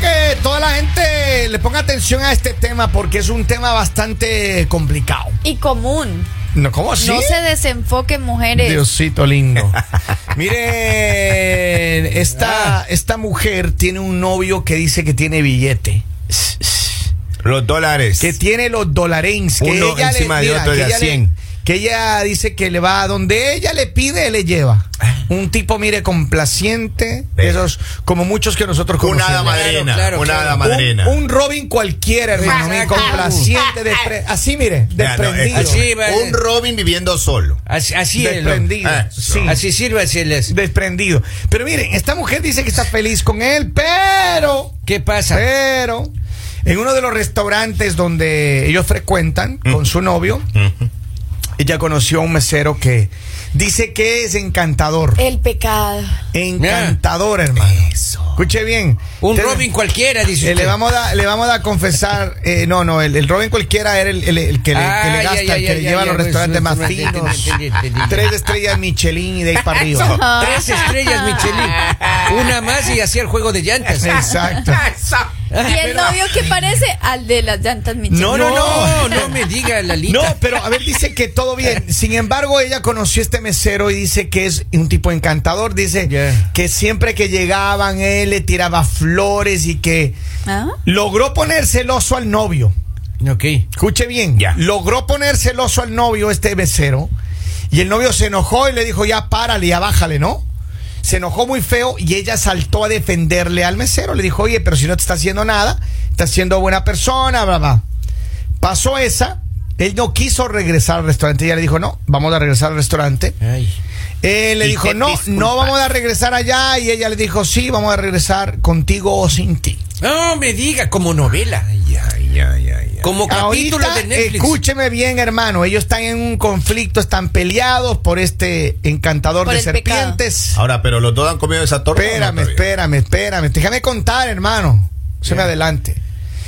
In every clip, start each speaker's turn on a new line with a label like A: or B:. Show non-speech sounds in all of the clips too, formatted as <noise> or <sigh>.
A: eh, toda la gente le ponga atención a este tema porque es un tema bastante complicado.
B: Y común.
A: No, ¿Cómo así?
B: No se desenfoquen mujeres.
A: Diosito lindo. <laughs> Miren,
C: Ah.
A: esta, esta mujer tiene un novio que dice que tiene billete.
C: Los dólares.
A: Que tiene los dolarenses. Que
C: Uno
A: ella le-
C: encima de
A: mira,
C: otro
A: que
C: de a
A: ella le-
C: 100.
A: que ella dice que le va a donde ella le pide, le lleva.
C: Ah.
A: Un tipo, mire, complaciente. de Esos, como muchos que nosotros
C: Una
A: conocemos.
C: hada madrina.
D: claro,
C: una hada
D: claro.
C: madrina.
A: Un, un Robin cualquiera, hermano. mío, complaciente. despre- así, mire,
C: Ya, no,
A: desprendido.
C: escucha,
D: Así, vale.
C: un Robin viviendo solo.
D: Así, así es. lo-
A: desprendido.
C: Ah,
A: sí.
D: Así sirve así les.
A: Desprendido. Pero miren, esta mujer dice que está feliz con él, pero.
D: ¿Qué pasa?
A: Pero. En uno de los restaurantes donde ellos frecuentan
C: Mm.
A: con su novio, ella conoció a un mesero que dice que es encantador.
D: Eh.
B: El pecado.
A: Encantador, hermano. Escuche bien.
D: Un
A: Te-
D: Robin cualquiera, dice
A: eh,
D: usted.
A: le, vamos a, le vamos a confesar, eh, no, no, el, el Robin cualquiera era el, el- el que le, que le
D: Ah, ya,
A: gasta,
D: ya,
A: el que
D: ya,
A: le
D: ya,
A: lleva a
D: ya,
A: los
D: pues,
A: restaurantes más
D: entendí,
A: finos.
D: entendí, entendí.
A: Tres estrellas Michelin y de ahí para arriba.
D: Tres estrellas, Michelin. Una más y hacía el juego de llantas.
A: Exacto.
B: Y el novio que parece al de las llantas Michelin.
A: No, no,
D: No, no me diga la
A: No,
D: lita.
A: pero a ver, dice que todo bien. Sin embargo, ella conoció a este mesero y dice que es un tipo encantador. Dice
D: Yeah.
A: que siempre que llegaban, él le tiraba flores y que
B: ¿Ah?
A: logró poner celoso al novio.
D: Ok.
A: Escuche bien,
C: Ya.
A: logró poner celoso al novio este mesero y el novio se enojó y le dijo ya párale, ya bájale, ¿no? Se enojó muy feo y ella saltó a defenderle al mesero. Le dijo, oye, pero si no te está haciendo nada, estás siendo buena persona, bla, bla. Pasó esa, él no quiso regresar al restaurante. Ella le dijo, no, vamos a regresar al restaurante.
D: Ay.
A: Él le
C: Y
A: dijo,
C: te
A: no, no
C: disculpas.
A: vamos a regresar allá. Y ella le dijo, sí, vamos a regresar contigo o sin ti.
D: No me diga, como novela.
C: Ay, ay, ay, ay.
D: Como capítulo de
A: Ahorita,
D: Netflix.
A: escúcheme bien, hermano. Ellos están en un conflicto, están peleados por este encantador
B: Por
A: de
B: el pecado.
A: serpientes.
C: Ahora, pero los dos han comido esa torta.
A: Espérame,
C: ¿o no todavía?
A: espérame, espérame. Déjame contar, hermano. Se me adelante.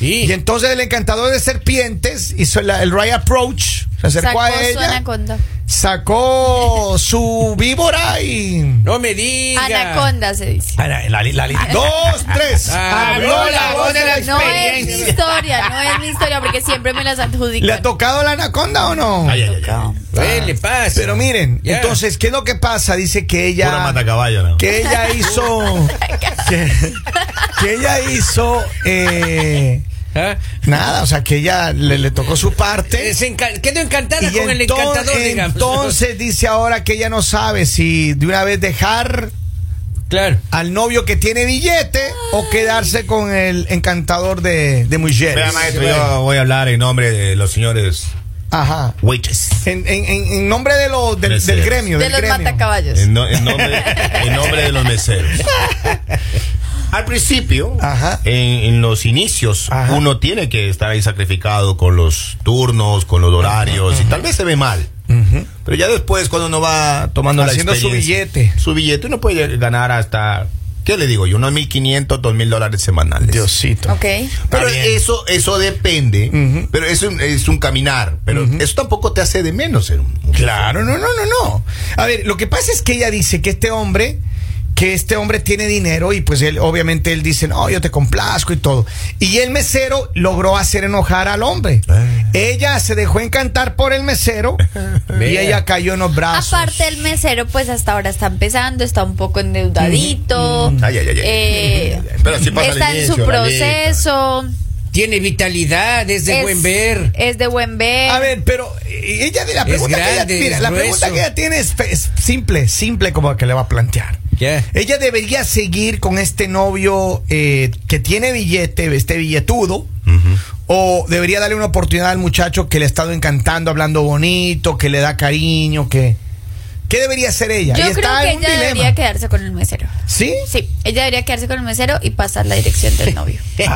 D: Sí.
A: Y entonces el encantador de serpientes hizo la- el right approach. Se acercó
B: Sacó
A: a
B: su
A: ella.
B: anaconda.
A: Sacó su víbora
B: <laughs>
A: y.
D: No me diga.
B: Anaconda se dice.
C: Ahora, la li- la li-
A: Dos, tres.
D: Ah,
A: Habló
D: no,
A: la
D: la
A: voz
D: voz de la
A: del-
B: No es mi
D: experiencia.
B: historia, no es mi historia, porque siempre me las adjudican.
A: ¿Le ha tocado la anaconda o no?
C: Ay, ay, ay, ay.
D: Eh, le pasa?
A: Pero miren,
D: Ya.
A: entonces, ¿qué es lo que pasa? Dice que ella.
C: Pura matacaballo, ¿no?
A: que ella hizo que, que ella hizo eh,
D: ¿Ah?
A: nada o sea que ella le, le tocó su parte
D: Se enca- quedó encantada
A: y
D: Eh, con el
A: enton-
D: encantador, digamos.
A: entonces dice ahora que ella no sabe si de una vez dejar
D: <laughs> Claro.
A: al novio que tiene billete o quedarse con el encantador de, de
C: Vea,
A: mujeres
C: maestro, yo voy a hablar en nombre de los señores
A: ajá
C: waiters.
A: en, en- en- en nombre de los del, del gremio
B: de
A: del
B: los
A: gremio.
B: matacaballos.
C: En, no- en nombre, en nombre de los meseros. <laughs> Al principio,
A: Ajá.
C: En, en los inicios,
A: Ajá.
C: uno tiene que estar ahí sacrificado con los turnos, con los horarios, y tal vez se ve mal. Pero ya después, cuando uno va tomando
A: Haciendo
C: la
A: su
C: experiencia,
A: billete.
C: Su billete, uno puede ganar hasta, ¿qué le digo yo? Unos 1.500, 2.000 dólares semanales.
A: Diosito
B: Ok.
C: Pero
A: Está bien.
C: eso, eso depende,
A: Ujú.
C: pero es un, es un caminar, pero eso tampoco te hace de menos ser un- un
A: Claro, no, no, no, no. A ver, lo que pasa es que ella dice que este hombre, que este hombre tiene dinero y pues él, obviamente él dice, no, yo te complazco y todo. Y el mesero logró hacer enojar al hombre. Ella se dejó encantar por el mesero y
D: Vea.
A: ella cayó en los brazos.
B: Aparte el mesero, pues hasta ahora está empezando, está un poco endeudadito.
C: Ay, ay, ay, ay.
B: eh,
C: Pero sí pasa al
B: está en
C: inicio,
B: su
C: la lista.
B: proceso.
D: Tiene vitalidad, es de
B: es-
D: buen
B: <laughs>
D: ver.
B: Es de buen ver.
A: A ver, pero eh, ella de la pregunta que
D: grande,
A: ella, mira,
D: es
A: la
D: grueso.
A: pregunta que ella tiene es, fe- es simple, simple como que le va a plantear.
D: ¿Qué?
A: Ella debería seguir con este novio eh, que tiene billete, este billetudo, o debería darle una oportunidad al muchacho que le ha estado encantando, hablando bonito, que le da cariño, que qué debería hacer ella.
B: Yo
A: Ella
B: creo
A: está
B: que
A: en un
B: ella
A: dilema.
B: debería quedarse con el mesero.
A: ¿Sí?
B: Sí, ella debería quedarse con el mesero y pasar la dirección del novio.
D: Ese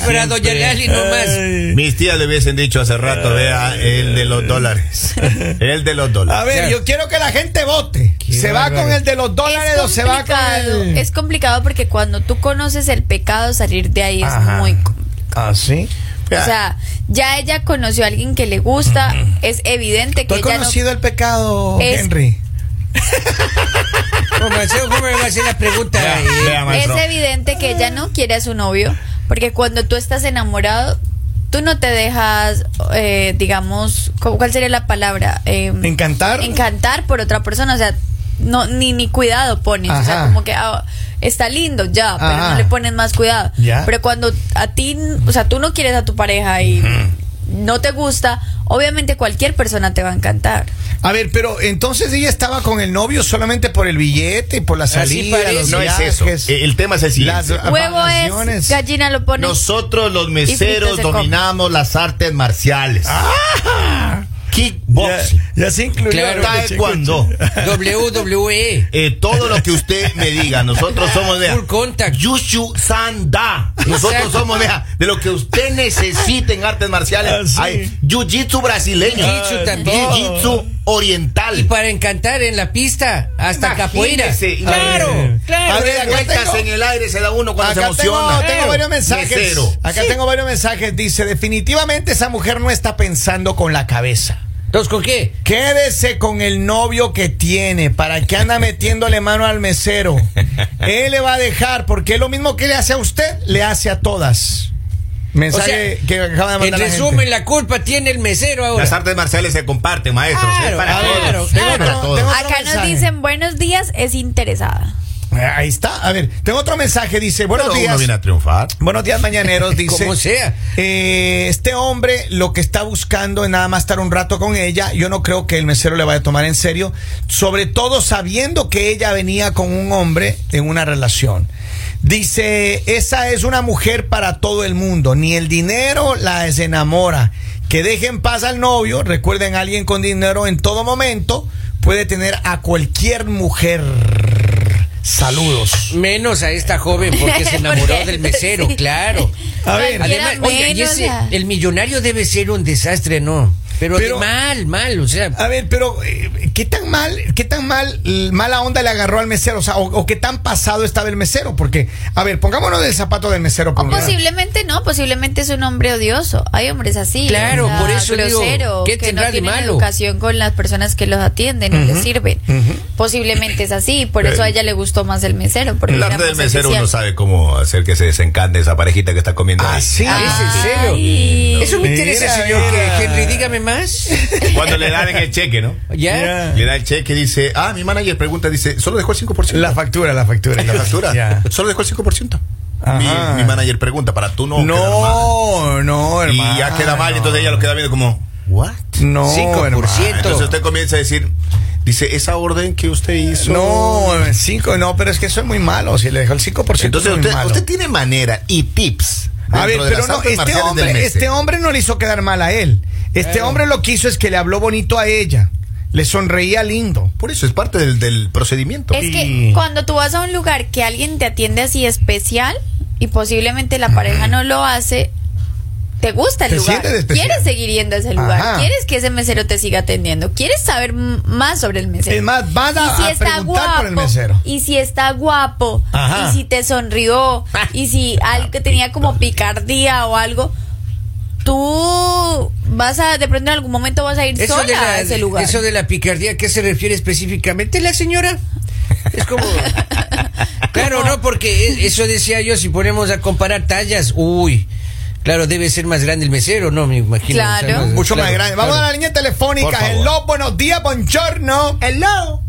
D: para Doña Lali nomás.
C: Mis tías le hubiesen dicho hace rato, vea, el de los dólares. El de los
A: A
C: dólares.
A: ver,
D: Ya.
A: yo quiero que la gente vote.
D: Qué
A: ¿Se va
D: bárbaro.
A: con el de los <laughs> dólares
B: es
A: o se va con
B: complicado,
A: el...?
B: es complicado porque cuando tú conoces el pecado, salir de ahí
A: Ajá.
B: es muy complicado.
A: ¿Ah, sí?
B: O sea, ya ella conoció a alguien que le gusta, es evidente
A: ¿Tú
B: que
A: has
B: ella no...
A: conocido el pecado,
B: Es-
A: Henry?
D: ¿Cómo, maestro? ¿Cómo me va a hacer la pregunta?
C: Vea,
D: eh?
C: vea, maestro.
B: Es evidente que ella no quiere a su novio, porque cuando tú estás enamorado, tú no te dejas, eh, digamos, ¿cu- ¿cuál sería la palabra? Eh,
A: ¿Encantar?
B: Encantar por otra persona, o sea, no, ni, ni cuidado pones, o sea,
A: Ajá.
B: como que ah, está lindo ya, pero
A: Ajá.
B: no le pones más cuidado.
A: Ya.
B: Pero cuando a ti, o sea, tú no quieres a tu pareja y no te gusta, obviamente cualquier persona te va a encantar.
A: A ver, pero entonces ella estaba con el novio solamente por el billete y por la
D: Así
A: salida,
D: parece.
A: los
C: No es eso. Eh,
A: viajes,
C: El el tema es el
A: las
C: siguiente.
B: Huevo
A: vacaciones.
B: es, gallina lo pone.
C: Nosotros los
B: fritos
C: meseros
B: se come.
C: dominamos las artes marciales. Kickboxing.
A: Ya, ya se incluyó.
D: Claro.
C: Taekwondo.
D: WWE.
C: Eh, todo lo que usted me diga, nosotros somos de
D: E, Full contact.
C: Yushu Sanda. Nosotros
D: Exacto.
C: somos de, de lo que usted necesite en artes marciales.
A: Así.
C: Hay jiu-jitsu brasileño,
D: Jiu-jitsu también.
C: jiu-jitsu oriental.
D: Y para encantar en la pista, hasta capoeira.
C: Imagínese.
D: Claro,
C: A
D: claro.
C: ver,
A: acá
C: vueltas
A: tengo-
C: en el aire se da uno cuando
A: Acá
C: se
A: tengo,
C: emociona.
A: tengo varios mensajes.
C: Mesero.
A: Acá tengo varios mensajes. Dice, definitivamente esa mujer no está pensando con la cabeza.
D: Entonces, ¿con qué?
A: Quédese con el novio que tiene. ¿Para qué anda metiéndole mano al mesero? Él le va a dejar, porque es lo mismo que le hace a usted, le hace a todas.
D: O
A: Mensaje
D: sea,
A: que acaba de
D: en
A: mandar la gente.
D: resumen, la culpa tiene el mesero
C: Las
D: ahora.
C: artes marciales se comparten, maestros.
D: Claro,
C: es para
D: claro,
C: todos.
D: claro.
C: es para todos.
A: Tengo- otro
B: Acá nos
A: mensaje.
B: dicen buenos días, es interesada.
A: Ahí está. A ver, tengo otro mensaje. Dice, buenos
C: Pero uno
A: días.
C: viene a triunfar.
A: Buenos
D: <laughs>
A: días, mañaneros, dice.
D: Como sea.
A: eh, este hombre lo que está buscando es nada más estar un rato con ella. Yo no creo que el mesero le vaya a tomar en serio, sobre todo sabiendo que ella venía con un hombre en una relación. Dice, esa es una mujer para todo el mundo, ni el dinero la desenamora. Que dejen paz al novio, recuerden, alguien con dinero en todo momento puede tener a cualquier mujer. Saludos.
D: Menos a esta joven porque
B: <laughs>
D: se enamoró
B: Porque-
D: del mesero,
B: sí.
D: claro.
A: A ver.
B: Cualquiera
D: Además, oye, y
B: menos,
D: ese-
B: ah.
D: el millonario debe ser un desastre, ¿no? Pero, de
A: Pero-
D: mal, mal, o sea.
A: A ver, pero eh, ¿qué tan mal, qué tan mal, l- mala onda le agarró al mesero? O sea, o, o qué tan pasado estaba el mesero, porque, a ver, pongámonos del zapato del mesero. por
B: O
A: un lado.
B: posiblemente no, posiblemente es un hombre odioso. Hay hombres así.
D: Claro,
B: o sea,
D: por eso digo,
B: grosero,
D: ¿qué
B: que
D: tendrá
B: no
D: de
B: tienen
D: malo?
B: educación con las personas que los atienden, no les sirven. Posiblemente es así, por eso a ella le gustó más el mesero. Porque
C: El
B: era
C: arte del
B: más
C: mesero
B: oficial.
C: uno sabe cómo hacer que se desencante esa parejita que está comiendo
A: Ah,
C: ahí.
A: sí.
D: ¿Es en serio?
B: Ay.
D: Eso me
A: Mira,
D: interesa, señor
A: mira.
D: que- Henry, dígame
B: <laughs>
D: más.
C: Cuando le dan el cheque, ¿no?
D: ¿Ya?
C: Le da el cheque y dice, ah, mi manager pregunta, dice, solo dejó el 5%.
A: La factura, la factura.
C: la <laughs> factura.
A: Ya.
C: Solo dejó el 5%.
A: Ajá.
C: Mi, mi manager pregunta, para tú no. quedar
A: No, no,
C: mal.
A: hermano.
C: Y ya queda mal,
A: no.
C: entonces ella lo queda viendo como, ¿what?
A: No,
D: 5%.
A: hermano.
C: Entonces usted comienza a decir, dice, esa orden que usted hizo.
A: No, 5, no, pero es que eso es muy malo. Si le dejó el 5%,
C: Entonces
A: es muy
C: usted,
A: malo.
C: usted tiene manera y tips.
A: A ver,
C: dentro de
A: pero
C: las
A: no,
C: artes
A: este
C: marciales del
A: hombre,
C: mesero. Eh.
A: este hombre no le hizo quedar mal a él. Este
D: Claro.
A: hombre lo que hizo es que le habló bonito a ella. Le sonreía lindo.
C: Por eso es parte del, del procedimiento.
B: Es
A: Y-
B: que cuando tú vas a un lugar que alguien te atiende así especial y posiblemente la pareja no lo hace, te gusta el
A: Te
B: lugar.
A: sientes especial.
B: Quieres seguir yendo a ese lugar.
A: Ajá.
B: Quieres que ese mesero te siga atendiendo. Quieres saber m- más sobre el mesero.
A: Es más, van a,
B: y si
A: a
B: está
A: preguntar
B: guapo,
A: por el mesero.
B: y si está guapo,
A: Ajá. Ah,
B: y si te sonrió, y si algo que tenía como picardía o algo, tú vas a, de pronto en algún momento vas a ir
D: Eso
B: sola
D: de, la,
B: a ese lugar.
D: eso de la picardía, ¿a ¿qué se refiere específicamente la señora? Es como...
B: <laughs>
D: claro, no, porque e- eso decía yo, si ponemos a comparar tallas, uy, claro, debe ser más grande el mesero, ¿no? Me imagino.
B: Claro.
D: más-
A: Mucho
D: claro,
A: más grande. Vamos
D: claro.
A: a la línea
C: Por
A: telefónica.
C: favor.
A: Hello, buenos días, buongiorno. Hello.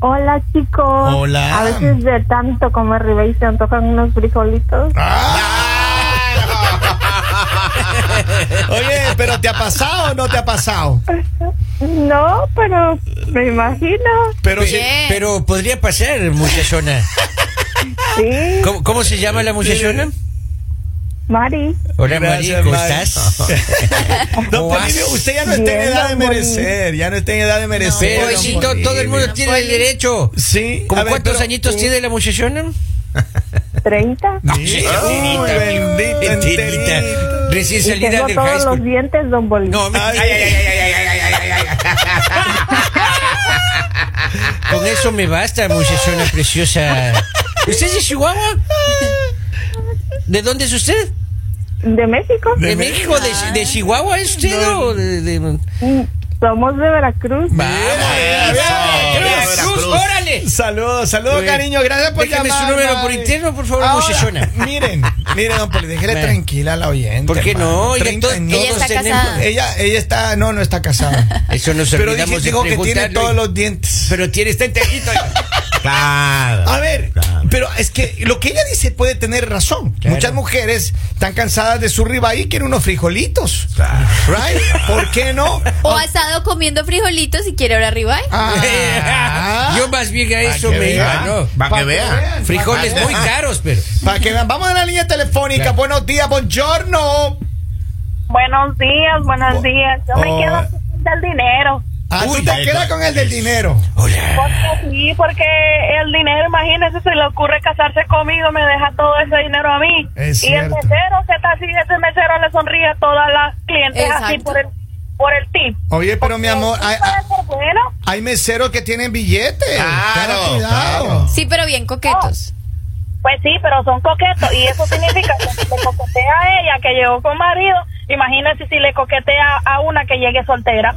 E: Hola chicos.
A: Hola.
E: A veces de tanto comer ribeye se antojan unos frijolitos.
D: Ah.
A: Oye, pero ¿te ha pasado o no te ha pasado?
E: No, pero me imagino.
A: Pero si-
B: Bien.
D: Pero podría pasar, muchachona.
E: Sí,
D: ¿Cómo, cómo se llama la muchachona?
E: Mari.
D: Hola, María,
A: Gracias,
D: ¿cómo
A: Mari.
D: estás?
A: Don
D: ¿Cómo vas?
A: Polibio, usted ya no está en
E: Bien,
A: edad de
E: don Polibio.
A: merecer, ya no está en edad de merecer.
D: Pero,
A: don
D: hijito, todo el
A: Polibio.
D: mundo tiene el
B: Poli.
D: derecho.
A: Sí.
D: ¿Cómo
A: a ver,
D: cuántos
A: pero-
D: añitos tiene la muchachona?
E: 30.
A: Sí. Uy, bendito,
D: Enterita.
A: enterita.
D: Recién
E: Y
D: salida
E: tengo
D: del high
E: todos los
D: school.
E: dientes, don Bolívar.
D: No, me-
A: Ay,
D: ay, ay, ay, ay, ay, ay, ay, ay, ay. Con eso me basta, muchachona preciosa. ¿Usted es de Chihuahua? ¿De dónde es usted?
E: ¿De México?
D: ¿De,
A: De
D: México?
B: México.
E: Ah.
D: ¿De, de Chihuahua es usted? o de- de-
E: Mm, Somos de Veracruz.
D: Vamos,
A: Bien,
D: eso.
A: bien,
D: Veracruz. Cruz,
C: Cruz.
D: órale.
A: Saludos, saludos,
D: Uy,
A: cariño. Gracias por
D: déjeme
A: llamar.
D: su número por
A: madre.
D: interno, por favor, muchachona.
A: <laughs> Miren, miren, don Poli, déjele
D: Bueno.
A: tranquila a la oyente.
D: ¿Por qué no? Oiga,
A: Treinta-
D: to-
A: no,
B: Ella
D: todos
B: está
D: tenemos-
B: casada.
A: ella, ella está, no, no está casada.
D: Eso <laughs> nos
A: Pero
D: olvidamos
A: dije,
D: de
A: dijo que tiene
D: preguntarlo.
A: todos los dientes.
D: Pero tiene está
A: <laughs>
D: enterito. Ah,
C: Claro.
A: A ver,
C: Claro.
A: pero es que lo que ella dice puede tener razón.
D: Claro.
A: Muchas mujeres están cansadas de su ribeye y quieren unos frijolitos.
C: Claro.
A: Right? ¿Por qué no?
B: O asado comiendo frijolitos y quiere ahora arriba.
A: Ah.
D: <laughs> Yo más bien a eso
C: que
D: me iba,
C: vean.
D: ¿no?
C: Va
A: Pa'
C: que vea.
A: vean,
D: Frijoles
A: pa' que
D: muy
A: vean.
D: caros, pero.
A: Pa' que vean. Vamos a la línea telefónica.
D: Claro.
A: Buenos días, buongiorno.
E: Buenos días, buenos días. Yo me
A: Oh.
E: quedo con el dinero.
A: Ah, tú
C: Uy,
A: te
C: ahí
A: quedas
C: está.
A: con el del dinero.
E: Porque sí, porque el dinero, imagínese, se le ocurre casarse conmigo, me deja todo ese dinero a mí.
A: Es
E: y el
A: cierto.
E: mesero, se está así, ese mesero le sonríe a todas las clientes así
B: Exacto.
E: por el, por el tip.
A: Oye, Oh, pero mi amor, hay,
E: ¿Puede ser bueno?
A: hay meseros que tienen billetes.
C: Claro,
A: Ten cuidado.
C: claro.
B: Sí, pero bien
A: Oh.
B: coquetos.
E: Pues sí, pero son coquetos y eso significa que si le coquetea a ella que llegó con marido, imagínese si le coquetea a una que llegue soltera.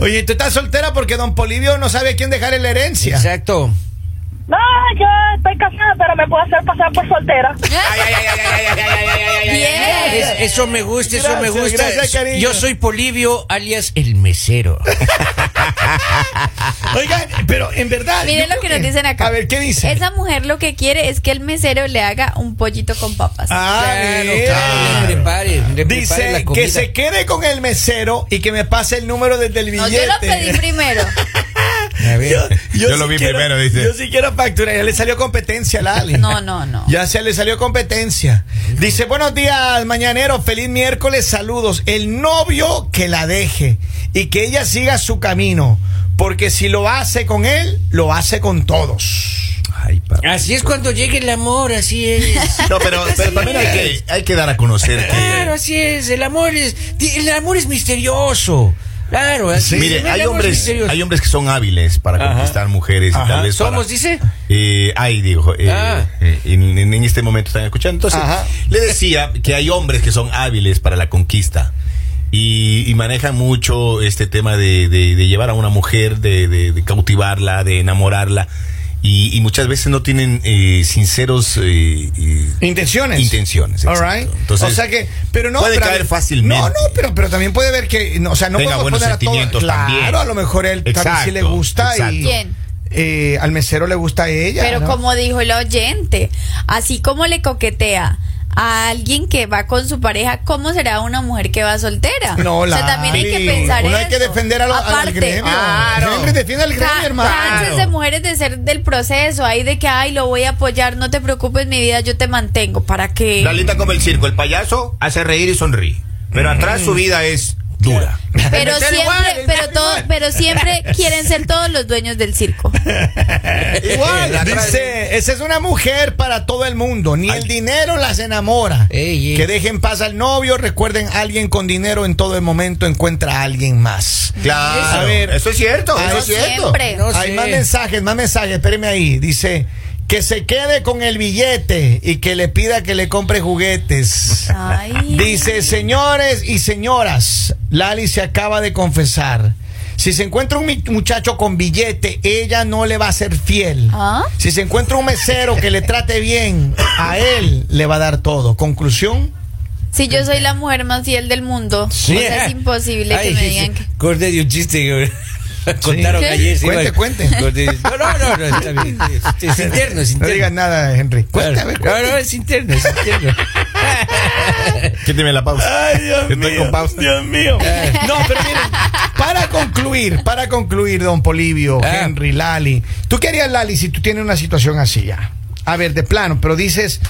A: Oye, tú estás soltera porque don Polivio no sabe a quién dejarle la herencia.
D: Exacto.
E: No, yo estoy casada, pero me puedo hacer pasar por soltera.
C: Ay, ay, ay, ay, ay, ay, ay, ay, ay, ay, ay.
B: Bien.
D: Es- eso me gusta, eso
A: Gracias,
D: me gusta.
A: gracias, cariño.
D: Yo soy Polivio, alias el mesero.
A: Oigan, pero en verdad.
B: Miren
A: yo
B: lo que
A: creo
B: nos dicen acá.
A: A ver, ¿qué dice?
B: Esa mujer lo que quiere es que el mesero le haga un pollito con papas.
A: Ah, mira.
D: <laughs> claro. Le prepare, le prepare la
A: Dice
D: comida.
A: que se quede con el mesero y que me pase el número desde el
B: no,
A: billete.
B: yo
A: <laughs>
B: lo pedí primero.
D: A ver.
C: Yo lo vi primero, dice.
A: Yo sí quiero facturar. Ya le salió competencia a la Ali.
B: No, no, no.
A: Ya se le salió competencia. Dice, buenos días, mañanero, feliz miércoles, saludos. El novio que la deje y que ella siga su camino, porque si lo hace con él, lo hace con todos.
C: Ay, papá.
D: Así es cuando llegue el amor, así es.
C: No, pero, pero también hay que, hay que dar a conocer que.
D: Claro, así es. El amor es, el amor es misterioso. Claro, así es. El
C: Mire, hay
D: amor es
C: hombres,
D: misterioso.
C: hay hombres que son hábiles para
D: Ajá.
C: conquistar mujeres y
A: Ajá.
C: tal vez. para-
D: Somos, dice.
C: Eh, ay, dijo. eh,
D: Ah.
C: eh, en, en- en este momento están escuchando. Entonces,
A: Ajá.
C: le decía que hay hombres que son hábiles para la conquista. Y, y manejan mucho este tema de, de- de llevar a una mujer, de, de- de cautivarla, de enamorarla. Y, y muchas veces no tienen eh, sinceros eh, y-
A: Intenciones.
C: Intenciones,
A: All
C: exacto.
A: right.
C: Entonces,
A: o sea que, pero no.
C: puede
A: pero a
C: caer
A: ver,
C: fácilmente.
A: No, no, pero, pero también puede ver que, no, o sea, no
C: Tenga
A: podemos
C: buenos
A: poner a todos-
C: sentimientos también.
A: Claro, a lo mejor él también sí
C: Exacto,
A: le gusta y.
C: exacto.
B: ¿Quién?
A: eh, al mesero le gusta a ella.
B: Pero
A: ¿no?
B: como dijo el oyente, así como le coquetea a alguien que va con su pareja, ¿cómo será una mujer que va soltera?
A: No,
B: o sea,
A: la-
B: también hay que
C: sí,
B: pensar
A: Uno
B: eso. ah,
A: hay que defender a lo, al gremio. Siempre defiende al gremio,
B: Ca-
A: hermano.
B: chances de mujeres de ser del proceso, ahí de que, ay, lo voy a apoyar, no te preocupes, mi vida, yo te mantengo. ¿Para qué?
C: La linda como el circo, el payaso hace reír y sonríe. Pero atrás
D: Mm.
C: su vida es
D: <laughs>
C: dura.
A: <laughs>
B: Pero
D: Meter
B: siempre,
D: igual,
B: pero
D: meter
B: todo,
D: igual.
B: pero siempre quieren ser todos los dueños del circo.
A: Igual,
C: Atrás-
A: dice, esa es una mujer para todo el mundo. Ni el
C: Ay.
A: dinero las enamora.
D: Ey, ey.
A: Que dejen paz al novio. Recuerden, alguien con dinero en todo el momento encuentra a alguien más.
C: Claro,
A: A ver,
C: eso es cierto,
A: a
C: eso
A: ver,
C: es cierto.
B: siempre.
D: No
A: Hay
D: sé.
A: más mensajes, más mensajes. Espérenme ahí. Dice, que se quede con el billete y que le pida que le compre
B: Ah.
A: juguetes.
B: Ay.
A: Dice, señores y señoras, Lali se acaba de confesar. Si se encuentra un mi- muchacho con billete, ella no le va a ser fiel.
B: ¿Ah?
A: Si se encuentra un mesero que le trate bien, a él le va a dar todo. Conclusión.
B: Si yo soy la mujer más fiel del mundo, o sea, es imposible
D: Ay,
B: que me digan que.
D: Acordé de un chiste que <laughs> contaron
B: ¿Qué?
D: ayer. sí,
A: Cuente,
D: bueno.
A: cuente.
D: Acordé de- No, no, no, no, está bien. Es- Es interno, es
A: No digas
D: interno.
A: nada, Henry. Cuéntame.
D: No, no, es interno, es interno.
C: Quíteme la pausa.
A: Ay, Dios
C: Estoy con pausa.
A: Dios mío. <laughs> No, pero miren, para concluir, para concluir, don Polivio,
D: Ah.
A: Henry, Lali. ¿Tú qué harías, Lali, si tú tienes una situación así ya? A ver, de plano, pero dices,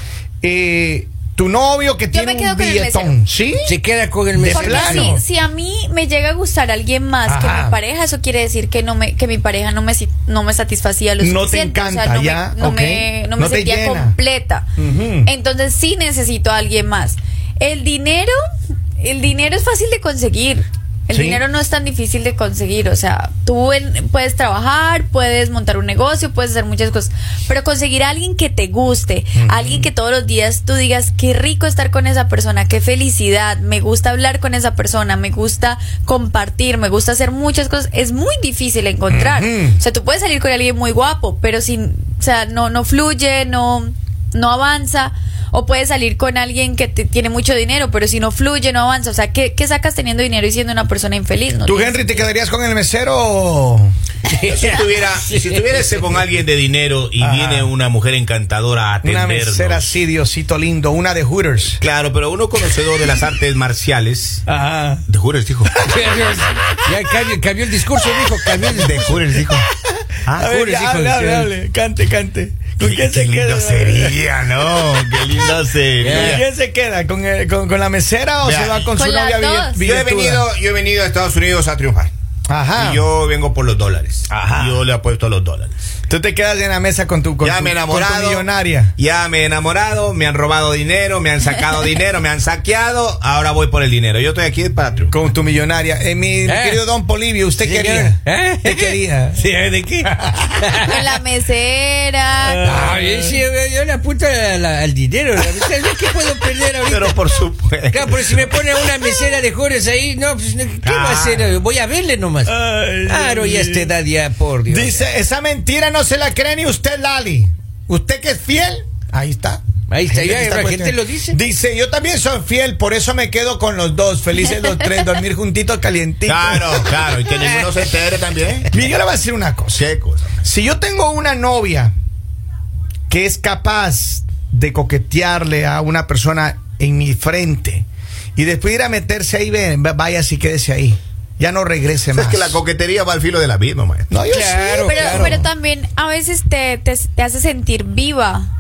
A: eh, tu novio que tiene
B: me quedo
A: un
B: con el
A: billetón, ¿sí?
D: Se queda con el
A: De
D: mesero.
B: Porque
A: plano.
B: si, si a mí me llega a gustar alguien más
A: Ajá.
B: que mi pareja, eso quiere decir que no me que mi pareja no me si- no me satisfacía lo
A: No te
B: suficiente, o sea,
A: encanta,
B: no me-
A: ya,
B: no
A: ok.
B: me, no me
A: No te
B: sentía
A: llena.
B: completa.
A: Ujú.
B: Entonces sí necesito a alguien más. El dinero, el dinero es fácil de conseguir. El
A: Sí.
B: dinero no es tan difícil de conseguir, o sea, tú en- puedes trabajar, puedes montar un negocio, puedes hacer muchas cosas, pero conseguir a alguien que te guste, alguien que todos los días tú digas, qué rico estar con esa persona, qué felicidad, me gusta hablar con esa persona, me gusta compartir, me gusta hacer muchas cosas, es muy difícil encontrar.
A: Ujú.
B: O sea, tú puedes salir con alguien muy guapo, pero sin, o sea, no, no fluye, no, no avanza. O puedes salir con alguien que te- tiene mucho dinero, pero si no fluye, no avanza. O sea, ¿qué, qué sacas teniendo dinero y siendo una persona infeliz? No
A: ¿Tú,
B: tienes-
A: Henry, te quedarías con el mesero?
C: Yo Si tuviera, si tuviera ese con alguien de dinero y
A: Ajá.
C: viene una mujer encantadora a
A: Una
C: atendernos.
A: mesera así, Diosito lindo, una de Hooters.
C: Claro, pero uno conocedor de las artes marciales.
A: Ajá.
C: De
A: <laughs>
C: Hooters dijo.
D: Ya cambió, cambió el discurso, dijo, cambió el
C: De
D: discurso.
A: <laughs>
C: Hooters dijo. Ah,
A: A ver,
D: Hooters,
A: ya,
D: hijo
A: hable,
D: de-
A: hable, hable. Cante, cante. ¿Con
C: qué-
A: quién
C: qué
A: se
C: lindo
A: queda?
C: sería, ¿no?
A: <laughs>
C: Qué lindo
A: ¿Con
C: sería.
A: quién se queda? ¿Con, eh, con- con la mesera o
C: Vea.
A: se va con,
B: Con
A: su
B: las
A: novia
B: dos.
A: billet-
F: Yo he,
A: billetuda?
F: venido, yo he venido a Estados Unidos a triunfar.
A: Ajá.
F: Y yo vengo por los dólares.
C: Ajá.
F: Yo le apuesto a los dólares.
A: Tú te quedas en la mesa con tu, con
F: ya
A: tu-
F: me he
A: con tu
F: enamorado.
A: millonaria.
F: Ya me he enamorado, me han robado dinero, me han sacado dinero, me han saqueado. Ahora voy por el dinero. Yo estoy aquí para triunfar.
A: Con tu millonaria. Eh, mi
D: Eh.
A: querido Don Polivio, ¿usted
D: Sí,
A: quería?
D: ¿eh?
A: ¿Usted quería?
D: <laughs> Sí, ¿De
A: <laughs>
D: qué?
B: Con la mesera.
D: Ah, yo, sí, yo- yo le apunto a la- al dinero. la verdad, ¿sabes ¿Qué puedo perder ahorita?
C: Pero por supuesto.
D: Claro, pero si me pone una mesera de jores ahí, no, pues, ¿qué va a hacer? Voy a verle nomás.
A: Ah. Ay,
D: Claro,
A: Dios
D: ya
A: mío.
D: esta edad ya, por Dios.
A: Dice, esa mentira no se la cree ni usted, Lali. Usted que es fiel, ahí está.
D: Ahí está,
A: Gente
D: ya,
A: que
D: la gente
A: cuestionando.
D: lo dice.
A: Dice, yo también soy fiel, por eso me quedo con los dos. Felices los
D: <laughs>
A: tres, dormir juntitos, calientitos.
C: Claro, claro. Y que ninguno se entere también.
A: Mira, yo le voy a decir una cosa.
C: Qué cosa.
A: Si yo tengo una novia que es capaz de coquetearle a una persona en mi frente y después ir a meterse ahí, ven, va- vaya si quédese ahí. Ya no regrese
C: Es
A: más.
C: que la coquetería va al filo de la misma, maestro.
A: no, yo
D: Claro,
B: pero,
D: claro.
B: pero también a veces te, te, te hace sentir viva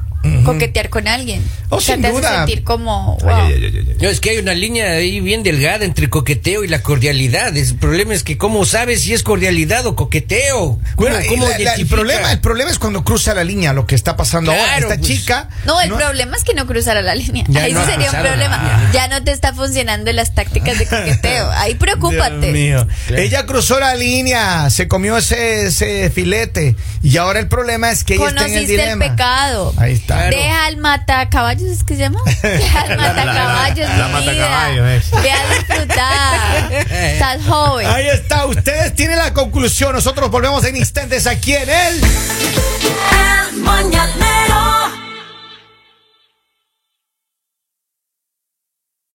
B: coquetear con alguien.
A: Oh,
B: o sea,
A: sin
B: te
A: duda.
B: hace sentir como.
C: Ay,
B: wow.
C: ay, ay, ay, ay.
D: No, es que hay una línea ahí bien delgada entre el coqueteo y la cordialidad. Es- El problema es que cómo sabes si es cordialidad o coqueteo.
A: Bueno,
D: ¿Cómo-
A: y
D: cómo
A: la- la- el,
D: identifica?
A: problema, el problema es cuando cruza la línea lo que está pasando ahora.
D: Claro,
A: Esta
D: pues.
A: chica.
B: No, el problema es que no cruzara la línea.
D: Ya
B: Ahí
D: no
B: sí
D: ha
B: sería un
D: cruzado la
B: problema.
D: línea.
B: Ya no te está funcionando las tácticas de coqueteo. Ahí preocúpate.
A: Dios mío. Ella cruzó la línea, se comió ese, ese filete. Y ahora el problema es que ella está en el
B: Conociste el,
A: dilema.
B: pecado.
A: Ahí está.
D: Claro.
B: Ve al matacaballos, ¿es que se
C: <laughs>
B: llama? Ve al matacaballos,
C: la- la
B: mi vida.
C: matacaballos, es.
B: Ve a
C: <laughs>
B: disfrutar. Estás joven.
A: Ahí está, ustedes tienen la conclusión. Nosotros volvemos en instantes aquí en el.
G: El mañanero